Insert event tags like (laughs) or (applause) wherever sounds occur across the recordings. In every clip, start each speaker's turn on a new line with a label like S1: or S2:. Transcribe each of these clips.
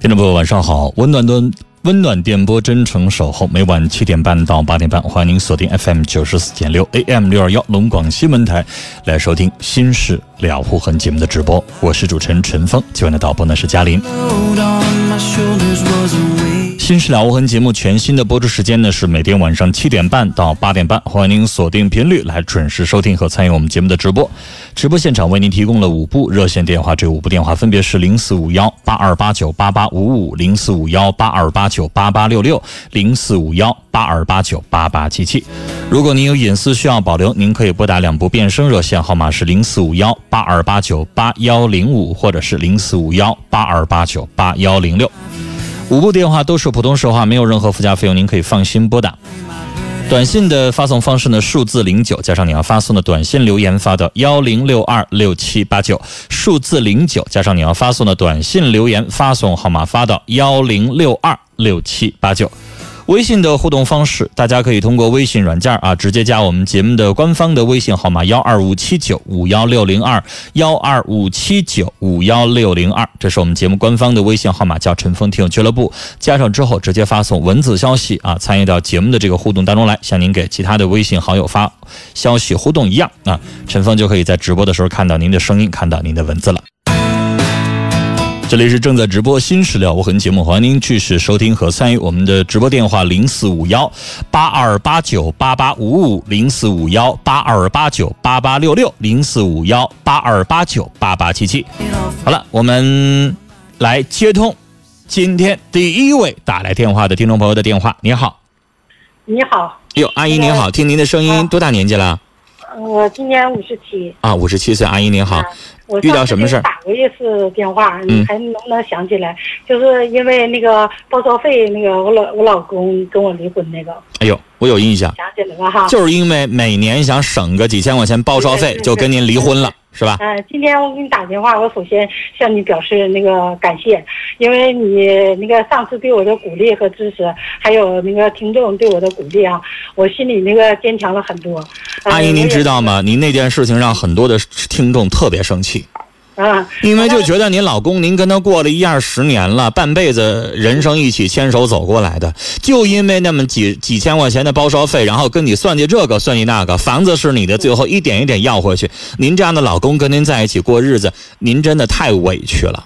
S1: 听众朋友，晚上好！温暖的温暖电波，真诚守候。每晚七点半到八点半，欢迎您锁定 FM 九十四点六 AM 六二幺龙广新闻台来收听《心事了无痕》节目的直播。我是主持人陈峰，今晚的导播呢是嘉林。
S2: Load on my shoulders was a weight.
S1: 《新事了无痕》节目全新的播出时间呢是每天晚上七点半到八点半，欢迎您锁定频率来准时收听和参与我们节目的直播。直播现场为您提供了五部热线电话，这五部电话分别是零四五幺八二八九八八五五、零四五幺八二八九八八六六、零四五幺八二八九八八七七。如果您有隐私需要保留，您可以拨打两部变声热线号码是零四五幺八二八九八幺零五或者是零四五幺八二八九八幺零六。五部电话都是普通说话，没有任何附加费用，您可以放心拨打。短信的发送方式呢，数字零九加上你要发送的短信留言发到幺零六二六七八九，数字零九加上你要发送的短信留言发送号码发到幺零六二六七八九。微信的互动方式，大家可以通过微信软件啊，直接加我们节目的官方的微信号码幺二五七九五幺六零二幺二五七九五幺六零二，这是我们节目官方的微信号码，叫“陈峰听友俱乐部”。加上之后，直接发送文字消息啊，参与到节目的这个互动当中来，像您给其他的微信好友发消息互动一样啊，陈峰就可以在直播的时候看到您的声音，看到您的文字了。这里是正在直播《新史料无痕》节目，欢迎您继续收听和参与我们的直播电话零四五幺八二八九八八五五零四五幺八二八九八八六六零四五幺八二八九八八七七。好了，我们来接通今天第一位打来电话的听众朋友的电话。您好，
S3: 你好，
S1: 哟，哎阿姨您
S3: 哎
S1: 好，听您的声
S3: 啊
S1: 音多大年纪了？
S3: 我呃今年五十七。
S1: 啊，五十七岁，阿姨您
S3: 啊
S1: 好。
S3: 我
S1: 遇到什么事儿
S3: 上次给你打过一次电话，你
S1: 嗯
S3: 还能不能想起来？就是因为那个报销费，那个我老我老公跟我离婚那个，
S1: 哎呦，我有印象。
S3: 想起来了哈。
S1: 就是因为每年想省个几千块钱报烧费，
S3: 啊对
S1: 就跟您离婚了，是吧？
S3: 嗯、今天我给你打电话，我首先向你表示那个感谢，因为你那个上次对我的鼓励和支持，还有那个听众对我的鼓励啊，我心里那个坚强了很多。呃
S1: 阿姨，您知。
S3: 我也
S1: 道吗？您那件事情让很多的听众特别生气，
S3: 嗯，
S1: 因为就觉得您老公您跟他过了一二十年了，半辈子人生一起牵手走过来的，就因为那么几几千块钱的包烧费，然后跟你算计这个算计那个，房子是你的，最后一点一点要回去。您这样的老公跟您在一起过日子，您真的太委屈了。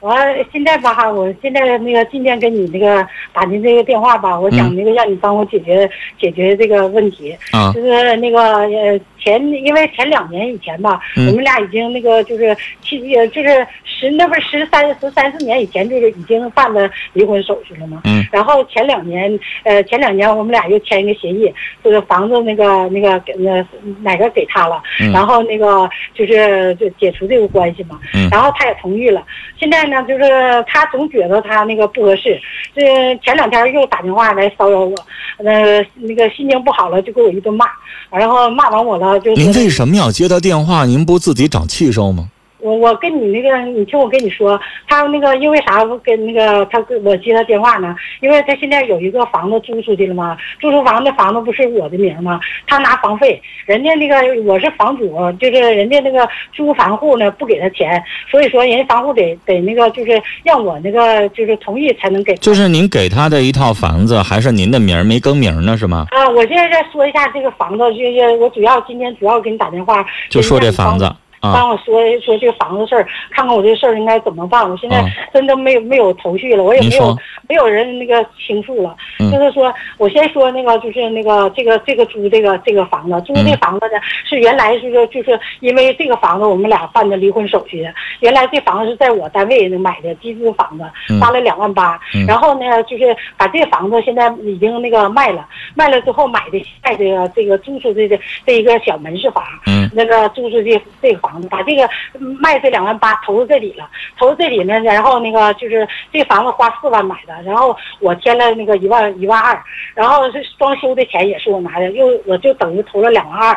S3: 我现在吧哈，我现在那个今天跟你那个打您这个电话吧，我想那个让你帮我解决、解决这个问题，
S1: 嗯啊
S3: 就是那个呃前因为前两年以前吧，
S1: 嗯
S3: 我们俩已经那个就是七呃就是十那不是十三十三四年以前就是已经办了离婚手续了吗？
S1: 嗯
S3: 然后前两年呃前两年我们俩又签一个协议，就是房子那个那个给那哪个给他了，
S1: 嗯
S3: 然后那个就是就解除这个关系嘛，
S1: 嗯
S3: 然后他也同意了。现在呢，就是他总觉得他那个不合适，这前两天又打电话来骚扰我，呃，那个心情不好了就给我一顿骂，然后骂完我了就
S1: 您
S3: 是
S1: 为什么要接他电话？您不自己找气受吗？
S3: 我我跟你那个，你听我跟你说，他那个因为啥我跟那个他跟我接他电话呢？因为他现在有一个房子租出去了嘛，租出房那房子不是我的名儿吗？他拿房费，人家那个我是房主，就是人家那个租房户呢不给他钱，所以说人家房户得得那个就是让我那个就是同意才能给。
S1: 就是您给他的一套房子，还是您的名儿没更名儿呢，是吗？
S3: 啊，我现在再说一下这个房子，就是我主要今天主要给你打电话，
S1: 就说这
S3: 是让
S1: 房
S3: 你帮我
S1: 子啊，
S3: 帮我说一说这个房子事儿，看看我这事儿应该怎么办。我现在
S1: 啊
S3: 真的没有没有头绪了，我也
S1: 您
S3: 没
S1: 说
S3: 有没有人那个倾诉了。
S1: 嗯
S3: 就是说我先说那个，就是那个这个这个租这个这个房子，租这
S1: 嗯
S3: 房子呢是原来是说就是因为这个房子我们俩办的离婚手续，原来这房子是在我单位买的集资房子，
S1: 嗯
S3: 花了两万八
S1: 嗯，
S3: 然后呢就是把这房子现在已经那个卖了，卖了之后买的现在这个这个租出去的这一个小门市房，
S1: 嗯
S3: 那个租出去这个房子，把这个嗯卖这两万八投到这里了，投到这里呢，然后那个就是这房子花四万买的，然后我添了那个一万一万二，然后是装修的钱也是我拿的，又我就等于投了两万二，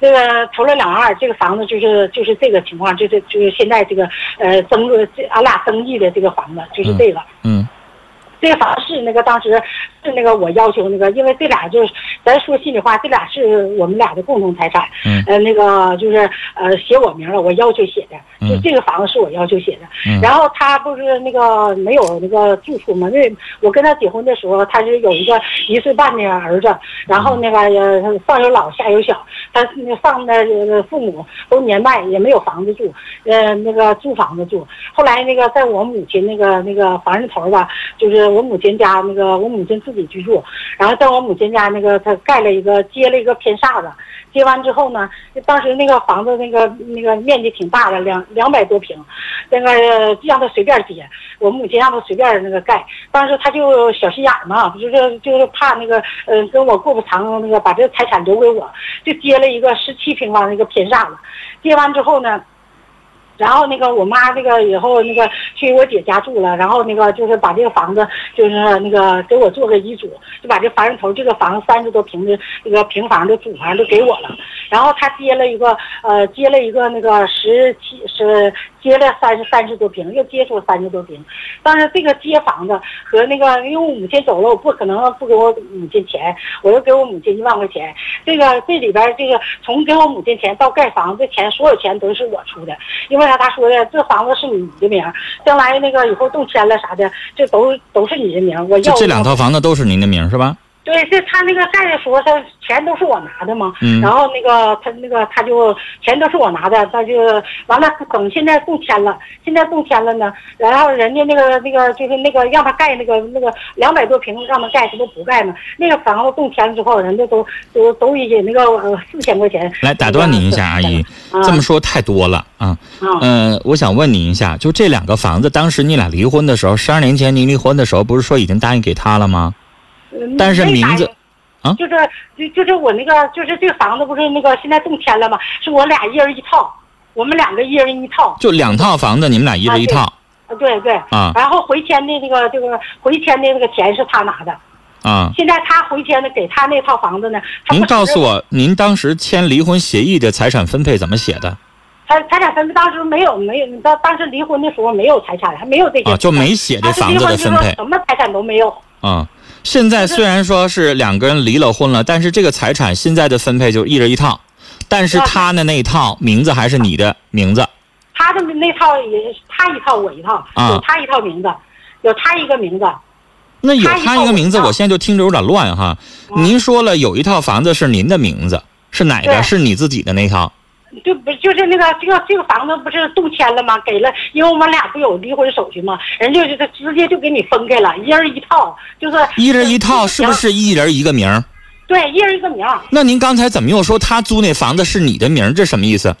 S3: 这个投了两万二，这个房子就是就是这个情况，就是就是现在这个呃争论，这俺俩争议的这个房子就是这个。
S1: 嗯
S3: 这个房是那个当时是那个我要求那个，因为这俩就是咱说心里话，这俩是我们俩的共同财产。
S1: 嗯
S3: 呃，那个就是呃写我名了，我要求写的，就
S1: 嗯
S3: 这个房子是我要求写的。
S1: 嗯
S3: 然后他不是那个没有那个住处嘛？那我跟他结婚的时候，他是有一个一岁半的儿子，然后那个呃上有老下有小，他那上的呃父母都年迈，也没有房子住，呃那个租房子住。后来那个在我母亲那个那个房子头吧，就是我母亲家那个我母亲自己居住，然后在我母亲家那个他盖了一个接了一个偏厦子，接完之后呢，当时那个房子那个那个面积挺大的，两两百多平，那个呃让他随便接，我母亲让他随便那个盖。当时他就小心眼儿嘛，就是就是怕那个呃跟我过不长，那个把这财产留给我，就接了一个十七平方的一个偏厦子。接完之后呢。然后那个我妈那个以后那个去我姐家住了，然后那个就是把这个房子就是那个给我做个遗嘱，就把这房人头这个房三十多平的那个平房的祖房都给我了。然后他接了一个呃接了一个那个十七是接了三十三十多平，又接出三十多平。但是这个接房子和那个因为我母亲走了，我不可能不给我母亲钱，我又给我母亲一万块钱。这个这里边儿这个从给我母亲钱到盖房子钱，所有钱都是我出的。因为啥？他说的这房子是你的名儿，将来那个以后动迁了啥的，这都都是你的名儿。我
S1: 这
S3: 要
S1: 这两套房子都是您的名儿是吧？
S3: 对，这他那个盖的时候，他钱都是我拿的嘛。
S1: 嗯
S3: 然后那个他那个他就钱都是我拿的，他就完了。等现在动迁了，现在动迁了呢，然后人家那个那个就是那个让他盖那个那个两百多平让他盖，他都不盖嘛。那个房子动迁之后，人家都都都已经那个呃四千块钱。
S1: 来打断您一下，阿姨，
S3: 啊
S1: 这么说太多了啊。
S3: 啊、
S1: 呃，我想问您一下，就这两个房子，当时你俩离婚的时候，十二年前您离婚的时候，不是说已经答应给他了吗？
S3: 嗯
S1: 但是
S3: 没
S1: 名
S3: 答
S1: 字
S3: 应
S1: 啊
S3: 就是就就是我那个就是这个房子不是那个现在动迁了嘛，是我俩一人一套，我们两个一人一套。
S1: 就两套房子，你们俩一人一套
S3: 啊，对对，
S1: 啊
S3: 然后回迁的那个这个回迁的那个钱是他拿的，
S1: 啊。
S3: 现在他回迁的给他那套房子呢，他
S1: 您
S3: 不
S1: 告
S3: 是
S1: 诉我，您当时签离婚协议的财产分配怎么写的
S3: 他财产分配当时没有没有，当当时离婚的时候没有财产，还没有这些
S1: 啊？就没写这
S3: 当时
S1: 房
S3: 离
S1: 子
S3: 婚
S1: 的
S3: 就
S1: 分
S3: 说
S1: 配
S3: 什么财产都没有，
S1: 啊。现在虽然说是两个人离了婚了，但是这个财产现在的分配就是一人一套，但是
S3: 啊
S1: 他的那一套名字还是你的名字
S3: 他的那套也是他一套我一套，
S1: 啊
S3: 有他一套名字，有他一个名字，
S1: 那有
S3: 他一
S1: 他
S3: 套
S1: 一个
S3: 我
S1: 名字，
S3: 一套
S1: 我现在就听着有点乱哈。
S3: 嗯
S1: 您说了有一套房子是您的名字，是哪个？
S3: 对
S1: 是你自己的那套？
S3: 就不就是那个这个这个房子不是动迁了吗？给了，因为我们俩不有离婚手续吗？人家就是直接就给你分开了，一人一套，就是
S1: 一人一套，是不？是一人一个名儿？
S3: 对，一人一个名儿。
S1: 那您刚才怎么又说他租那房子是你的名儿？这什么意思？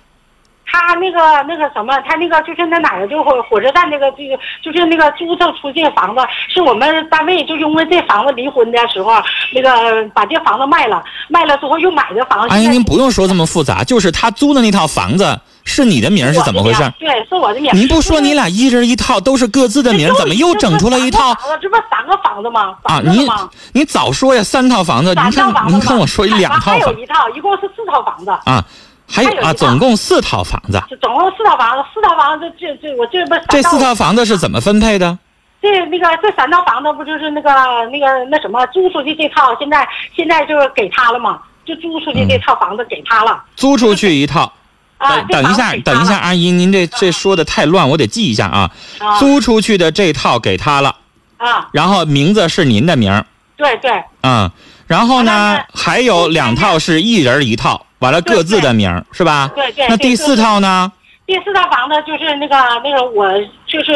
S3: 他那个那个什么，他那个就是那哪个，就是火火车站那个这个，就是那个租赠出这个房子，是我们单位就因为这房子离婚的时候，那个把这房子卖了，卖了之后又买的房子。
S1: 阿姨，
S3: 现在
S1: 哎您不用说这么复杂，就是他租的那套房子是你的名儿是怎么回事？？
S3: 对，是我的名。
S1: 您不说你俩一人一套都是各自的
S3: 这
S1: 名儿，怎么又整出来一套？
S3: 这不是这不是三个房子吗？
S1: 啊？
S3: 三个
S1: 您
S3: 吗
S1: 您早说呀，三套房子，您
S3: 三套
S1: 看
S3: 房子
S1: 您
S3: 吗
S1: 看我说两套
S3: 还有
S1: 房
S3: 一套，一共是四套房子。
S1: 啊，还有
S3: 还有一
S1: 啊，
S3: 套
S1: 总共四套房子，
S3: 这总共四套房子，四套房子这这我这不是
S1: 这
S3: 三道啊
S1: 四套房子是怎么分配的？
S3: 这那个这三套房子不就是那个那个那什么租出去这套，现在现在就是给他了嘛，就租出去这套房子给他了、
S1: 租出去一套。
S3: 啊。
S1: 等等一下，
S3: 这房子给他
S1: 等一下，
S3: 了，
S1: 阿姨，您这这说的太乱，我得记一下啊。
S3: 啊
S1: 租出去的这套给他了，
S3: 啊，
S1: 然后名字是您的名儿，
S3: 对对
S1: 嗯，然后呢
S3: 啊那
S1: 还有两套是一人一套，完了各自的名儿是吧？
S3: 对对。
S1: 那
S3: 对
S1: 第四，套呢？
S3: 第四套房子就是那个那个我就是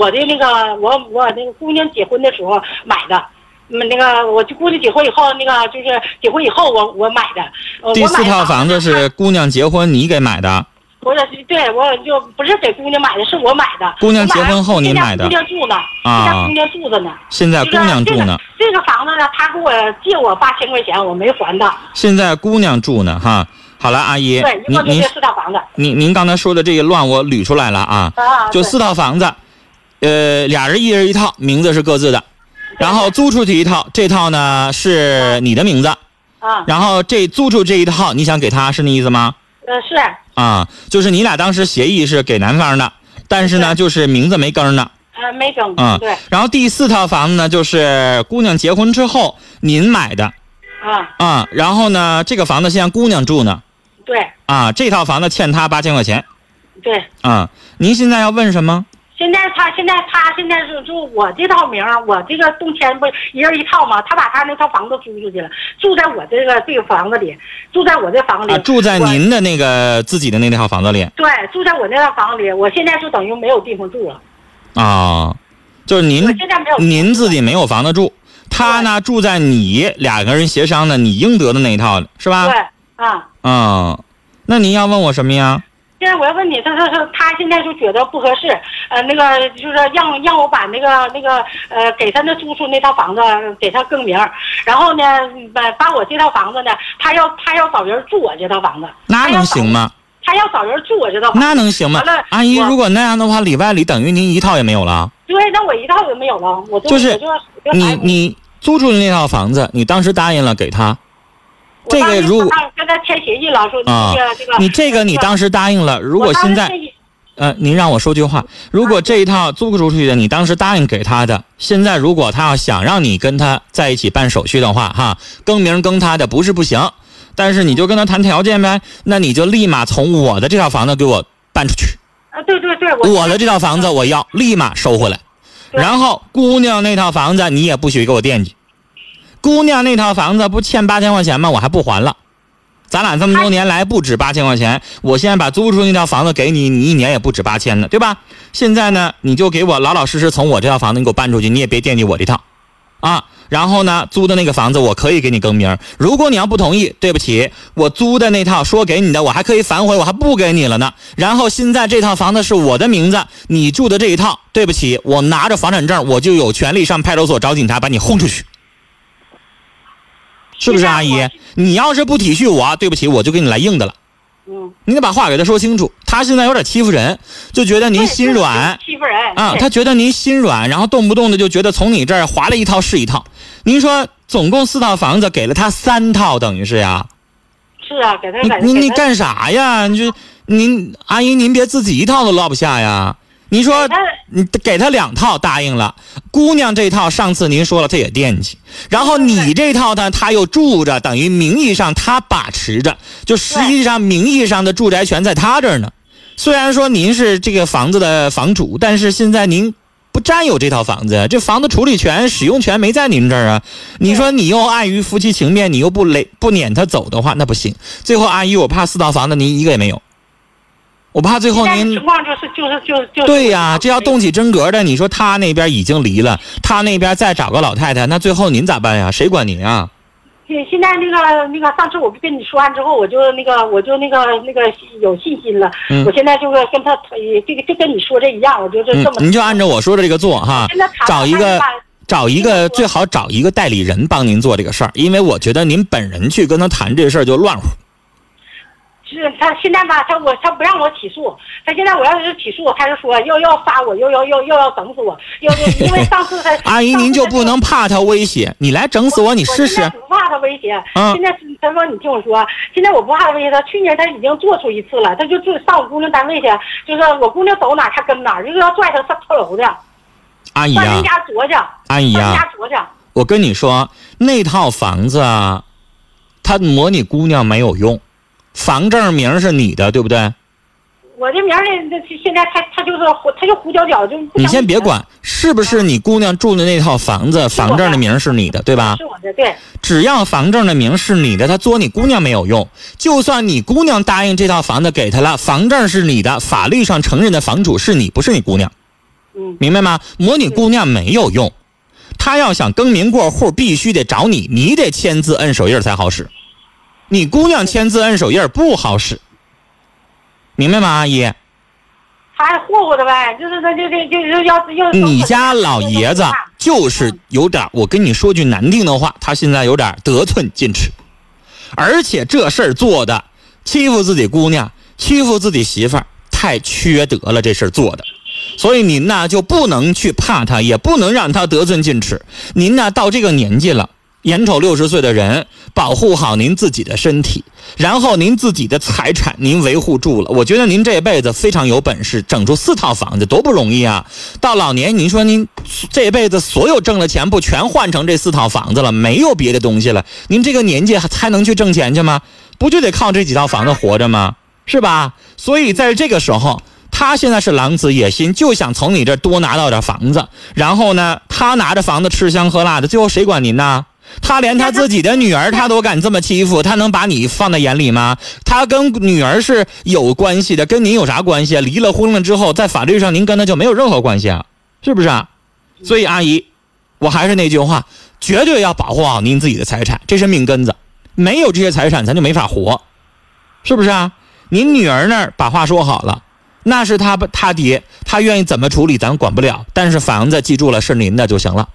S3: 我的那个我我那个姑娘结婚的时候买的。嗯，那个我就姑娘结婚以后，那个就是结婚以后我我买的，呃
S1: 第
S3: 我
S1: 四
S3: 买
S1: 套房子
S3: 她
S1: 是姑娘结婚你给买的，
S3: 我也是，对我就不是给姑娘买的，是我买的。
S1: 姑娘
S3: 我
S1: 结婚后您买的
S3: 姑娘住呢，
S1: 啊
S3: 现在姑娘住着呢。
S1: 现在
S3: 就是
S1: 姑娘住呢，
S3: 这个。这个房子呢，他给我借我八千块钱，我没还他。
S1: 现在姑娘住呢哈。好了，阿姨
S3: 对，，一
S1: 哎您
S3: 共就
S1: 您
S3: 这四套房子
S1: 您您刚才说的这个乱我捋出来了啊，
S3: 啊，
S1: 就
S3: 对
S1: 四套房子，呃，俩人一人一套，名字是各自的。然后租出去一套，这套呢是你的名字，
S3: 啊，
S1: 然后这租出这一套，你想给他是那意思吗？
S3: 呃是
S1: 啊，就是你俩当时协议是给男方的，但是呢，
S3: 对
S1: 就是名字没更呢。
S3: 呃，没整，
S1: 嗯
S3: 对，
S1: 然后第四套房子呢，就是姑娘结婚之后您买的
S3: 啊，
S1: 啊、然后呢，这个房子现在姑娘住呢
S3: 对
S1: 啊，这套房子欠她八千块钱
S3: 对。
S1: 啊、您现在要问什么？
S3: 现在他现在他现在是住我这套名儿，我这个动迁不是一人一套嘛？他把他那套房子租出去了，住在我这个这个房子里，住在我这房子
S1: 啊，
S3: 里，
S1: 住在
S3: 我
S1: 您的那个自己的那套房子里啊、
S3: 对，住在我那套房子里。我现在就等于没有地方住了，
S1: 啊就是您
S3: 我现在没有
S1: 您自己没有房子住，她呢住在你两个人协商的你应得的那一套里是吧？
S3: 对啊。
S1: 嗯，那您要问我什么呀？
S3: 现在我要问你，他他他他现在就觉得不合适，呃，那个就是让让我把那个那个呃给他那租出那套房子给他更名儿，然后呢把把我这套房子呢，他要他要找人住我这套房子，
S1: 那能行吗？
S3: 他要找人住哎我这套房子，
S1: 那能行吗
S3: 完了？
S1: 阿姨，
S3: 我
S1: 如果那样的话，里外里等于您一套也没有了。
S3: 对，那我一套都没有了，我就
S1: 就是
S3: 我我就
S1: 你你租出去那套房子，你当时答应了给他，
S3: 我
S1: 这
S3: 当
S1: 个
S3: 时
S1: 如
S3: 我
S1: 果
S3: 当时跟他签协议了，说
S1: 啊
S3: 这个这个
S1: 你这个你当时答应了，如
S3: 我
S1: 果
S3: 当
S1: 现
S3: 时
S1: 在
S3: 签
S1: 呃，您让我说句话，如果这一套租出去的你当时答应给他的，现在如果他要想让你跟他在一起办手续的话，哈，更名更他的不是不行，但是你就跟他谈条件呗，那你就立马从我的这套房子给我搬出去，
S3: 啊，对对对，我
S1: 我的这套房子我要立马收回来，
S3: 对
S1: 然后姑娘那套房子你也不许给我惦记，姑娘那套房子不欠八千块钱吗？我还不还了。咱俩这么
S3: 哎
S1: 多年来不止八千块钱，我现在把租出去那套房子给你，你一年也不止八千呢，对吧？现在呢，你就给我老老实实从我这套房子你给我搬出去，你也别惦记我这套，啊。然后呢，租的那个房子我可以给你更名儿，如果你要不同意，对不起，我租的那套说给你的，我还可以反悔，我还不给你了呢。然后现在这套房子是我的名字，你住的这一套，对不起，我拿着房产证，我就有权利上派出所找警察把你轰出去。是不是
S3: 现在
S1: 阿姨
S3: 我？
S1: 你要是不体恤我，啊对不起，我就给你来硬的了。
S3: 嗯，
S1: 你得把话给他说清楚。他现在有点欺负人，就觉得您
S3: 对
S1: 心
S3: 就是
S1: 软
S3: 欺负人
S1: 啊，
S3: 对
S1: 他觉得您心软，然后动不动的就觉得从你这儿划了一套是一套。您说总共四套房子，给了他三套，等于是呀、
S3: 是啊，给他感
S1: 你
S3: 觉
S1: 你你干啥呀？你就您阿姨，您别自己一套都落不下呀。您说
S3: 给他
S1: 你给他两套答应了，姑娘这套上次您说了她也惦记，然后你这套呢，她又住着，等于名义上她把持着，就实际上名义上的住宅权在她这儿呢。虽然说您是这个房子的房主，但是现在您不占有这套房子，啊这房子处理权、使用权没在您这儿啊。你说你又碍于夫妻情面，你又不累不撵他走的话，那不行。最后阿姨，我怕四套房子您一个也没有，我怕最后
S3: 现在
S1: 您
S3: 情况就是就是就是 (laughs) 就是
S1: 对呀、这要动起真格的，你说他那边已经离了，他那边再找个老太太，那最后您咋办呀？谁管您啊？
S3: 现现在那个那个，上次我不跟你说完之后，我就那个我就那个那个有信心了。
S1: 嗯
S3: 我现在就是跟他呃这个就跟你说这一样，我就这
S1: 嗯
S3: 这么、，
S1: 您就按照我说的这个做哈
S3: 跟他谈，
S1: 找一
S3: 谈
S1: 个
S3: 吧
S1: 找一个最好找一个代理人帮您做这个事儿，因为我觉得您本人去跟他谈这事儿就乱乎。
S3: 是他现在吧，他我他不让我起诉，他现在我要是起诉，他就说又要杀我，又要又又要整死我，又又因为上次他
S1: 阿姨，
S3: 上次
S1: 您就
S3: 他
S1: 不能怕他威胁，你来整死我，你试
S3: 我现
S1: 试。
S3: 在 (laughs) 不怕他威胁，
S1: 嗯
S3: 现在是陈峰，你听我说，现在我不怕他威胁他。去年他已经做出一次了，他就住上我姑娘单位去，就是我姑娘走哪儿他跟哪儿，就是要拽他上跳楼去，
S1: 阿姨
S3: 上人
S1: 呀、
S3: 家啄去，上
S1: 阿姨哎呀、
S3: 人家啄去。
S1: 我跟你说，那套房子啊，它模拟姑娘没有用，房证名是你的，对不对？
S3: 我这名儿呢，这现在他他就是胡，他就胡搅搅，就不
S1: 你
S3: 想
S1: 先别
S3: 理他，
S1: 管是不是你姑娘住的那套房子，房证的名是你的，对吧？
S3: 是我的对，
S1: 只要房证的名是你的，他作你姑娘没有用。就算你姑娘答应这套房子给他了，房证是你的，法律上承认的房主是你，不是你姑娘，
S3: 嗯，
S1: 明白吗？模拟姑娘没有用，她要想更名过户，必须得找你，你得签字摁手印儿才好使。你姑娘签字摁手印儿不好使，明白吗，阿姨？
S3: 他还霍霍他呗，就是他就就就就要要。
S1: 你家老爷子就是有点儿，我跟你说句难听的话，他现在有点儿得寸进尺，而且这事儿做的欺负自己姑娘，欺负自己媳妇儿，太缺德了，这事儿做的。所以您呢就不能去怕他，也不能让他得寸进尺。您呢到这个年纪了，眼瞅六十岁的人，保护好您自己的身体，然后您自己的财产您维护住了，我觉得您这辈子非常有本事，整出四套房子多不容易啊！到老年您说您这辈子所有挣了钱不全换成这四套房子了，没有别的东西了，您这个年纪还还能去挣钱去吗？不就得靠这几套房子活着吗？是吧？所以在这个时候，他现在是狼子野心，就想从你这儿多拿到点房子，然后呢，他拿着房子吃香喝辣的，最后谁管您呢？他连他自己的女儿他都敢这么欺负，他能把你放在眼里吗？他跟女儿是有关系的，跟您有啥关系啊？离了婚了之后，在法律上您跟他就没有任何关系啊，是不是啊？所以阿姨，我还是那句话，绝对要保护好您自己的财产，这是命根子，没有这些财产咱就没法活，是不是啊？您女儿那儿把话说好了，那是她她爹，她愿意怎么处理咱管不了，但是房子记住了是您的就行了。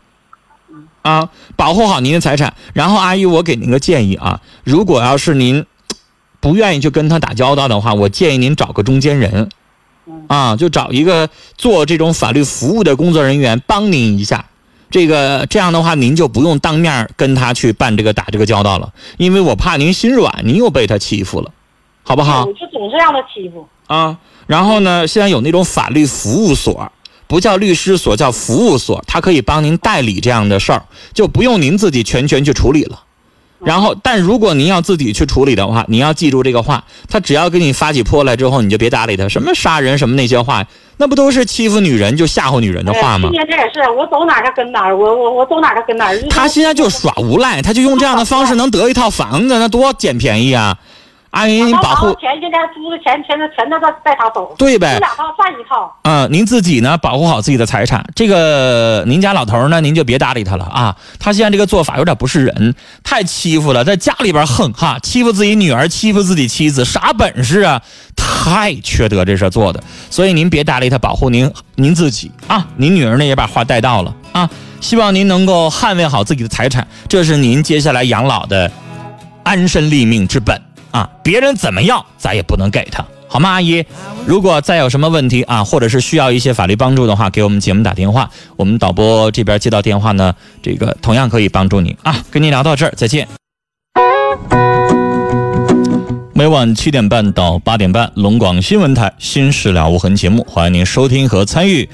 S1: 啊，保护好您的财产。然后阿姨，我给您个建议啊，如果要是您不愿意去跟他打交道的话，我建议您找个中间人，
S3: 嗯
S1: 啊，就找一个做这种法律服务的工作人员帮您一下。这个这样的话，您就不用当面跟他去办这个打这个交道了，因为我怕您心软，您又被他欺负了，好不好
S3: 我？就总是让他欺负。
S1: 啊，然后呢，现在有那种法律服务所，不叫律师所，叫服务所，它可以帮您代理这样的事儿，就不用您自己全权去处理了。然后，但如果您要自己去处理的话，你要记住这个话，他只要给你发起泼来之后，你就别搭理他。什么杀人什么那些话，那不都是欺负女人就吓唬女人的话吗
S3: 今？天这也是，我走哎哪儿他跟哪儿，我我我走哪儿他跟哪儿。
S1: 他现在就耍无赖，他就用这样的方式能得一套房子，那多捡便宜啊！阿姨，
S3: 你
S1: 您保护
S3: 钱现在租的钱，现在全都在带他走。
S1: 对呗
S3: 这？两套算一套。
S1: 嗯，您自己呢，保护好自己的财产。这个您家老头儿呢，您就别搭理他了啊。他现在这个做法有点不是人，太欺负了，在家里边横哈，欺负自己女儿，欺负自己妻子，啥本事啊？太缺德，这事儿做的。所以您别搭理他，保护您您自己啊。您女儿呢也把话带到了啊，希望您能够捍卫好自己的财产，这是您接下来养老的安身立命之本啊！别人怎么样，咱也不能给他，好吗，阿姨？如果再有什么问题啊，或者是需要一些法律帮助的话，给我们节目打电话，我们导播这边接到电话呢，这个同样可以帮助你啊。跟您聊到这儿，再见。
S4: 每晚七点半到八点半，龙广新闻台《新事了无痕》节目，欢迎您收听和参与。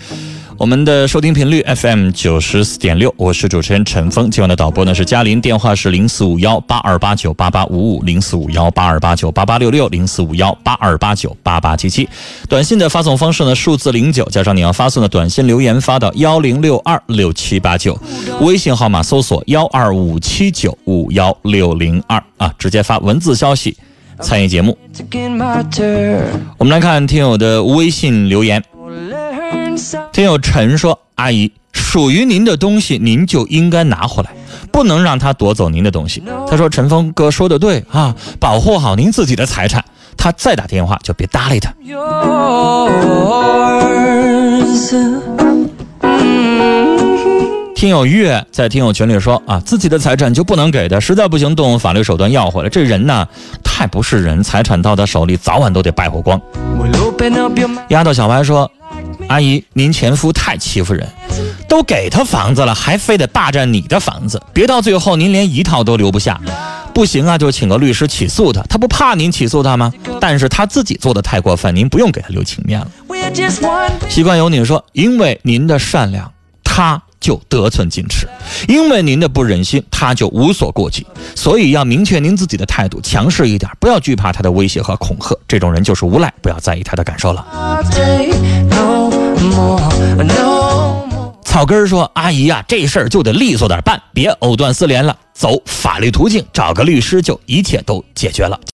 S4: 我们的收听频率 FM 九十四点六，我是主持人陈峰。今晚的导播呢是嘉林，电话是零四五幺八二八九八八五五，零四五幺八二八九八八六六，零四五幺八二八九八八七七。短信的发送方式呢，数字零九加上你要发送的短信留言发到幺零六二六七八九，微信号码搜索幺二五七九五幺六零二啊，直接发文字消息参与节目。
S2: Taking my turn.
S4: 我们来看听友的微信留言，
S2: Learn something.
S4: 听友陈说：“阿姨，属于您的东西，您就应该拿回来，不能让他夺走您的东西。”他说：“陈峰哥说的对啊，保护好您自己的财产。”他再打电话就别搭理他。
S2: Yours.
S4: 听友月在听友群里说啊，自己的财产就不能给他，实在不行动用法律手段要回来。这人呐，太不是人，财产到他手里早晚都得败火光。
S2: We'll open up your mind
S4: 丫头小白说
S2: like：“
S4: 阿姨，您前夫太欺负人，都给他房子了，还非得霸占你的房子，别到最后您连一套都留不下。不行啊，就请个律师起诉他，他不怕您起诉他吗？但是他自己做的太过分，您不用给他留情面了。
S2: We're just one.
S4: 习惯有你说，因为您的善良，他就得寸进尺；因为您的不忍心，他就无所顾忌。所以要明确您自己的态度，强势一点，不要惧怕他的威胁和恐吓。这种人就是无赖，不要在意他的感受了。”
S2: Take no more. No more.
S4: 草根儿说：“阿姨呀、啊这事儿就得利索点办，别藕断丝连了，走法律途径，找个律师就一切都解决了。”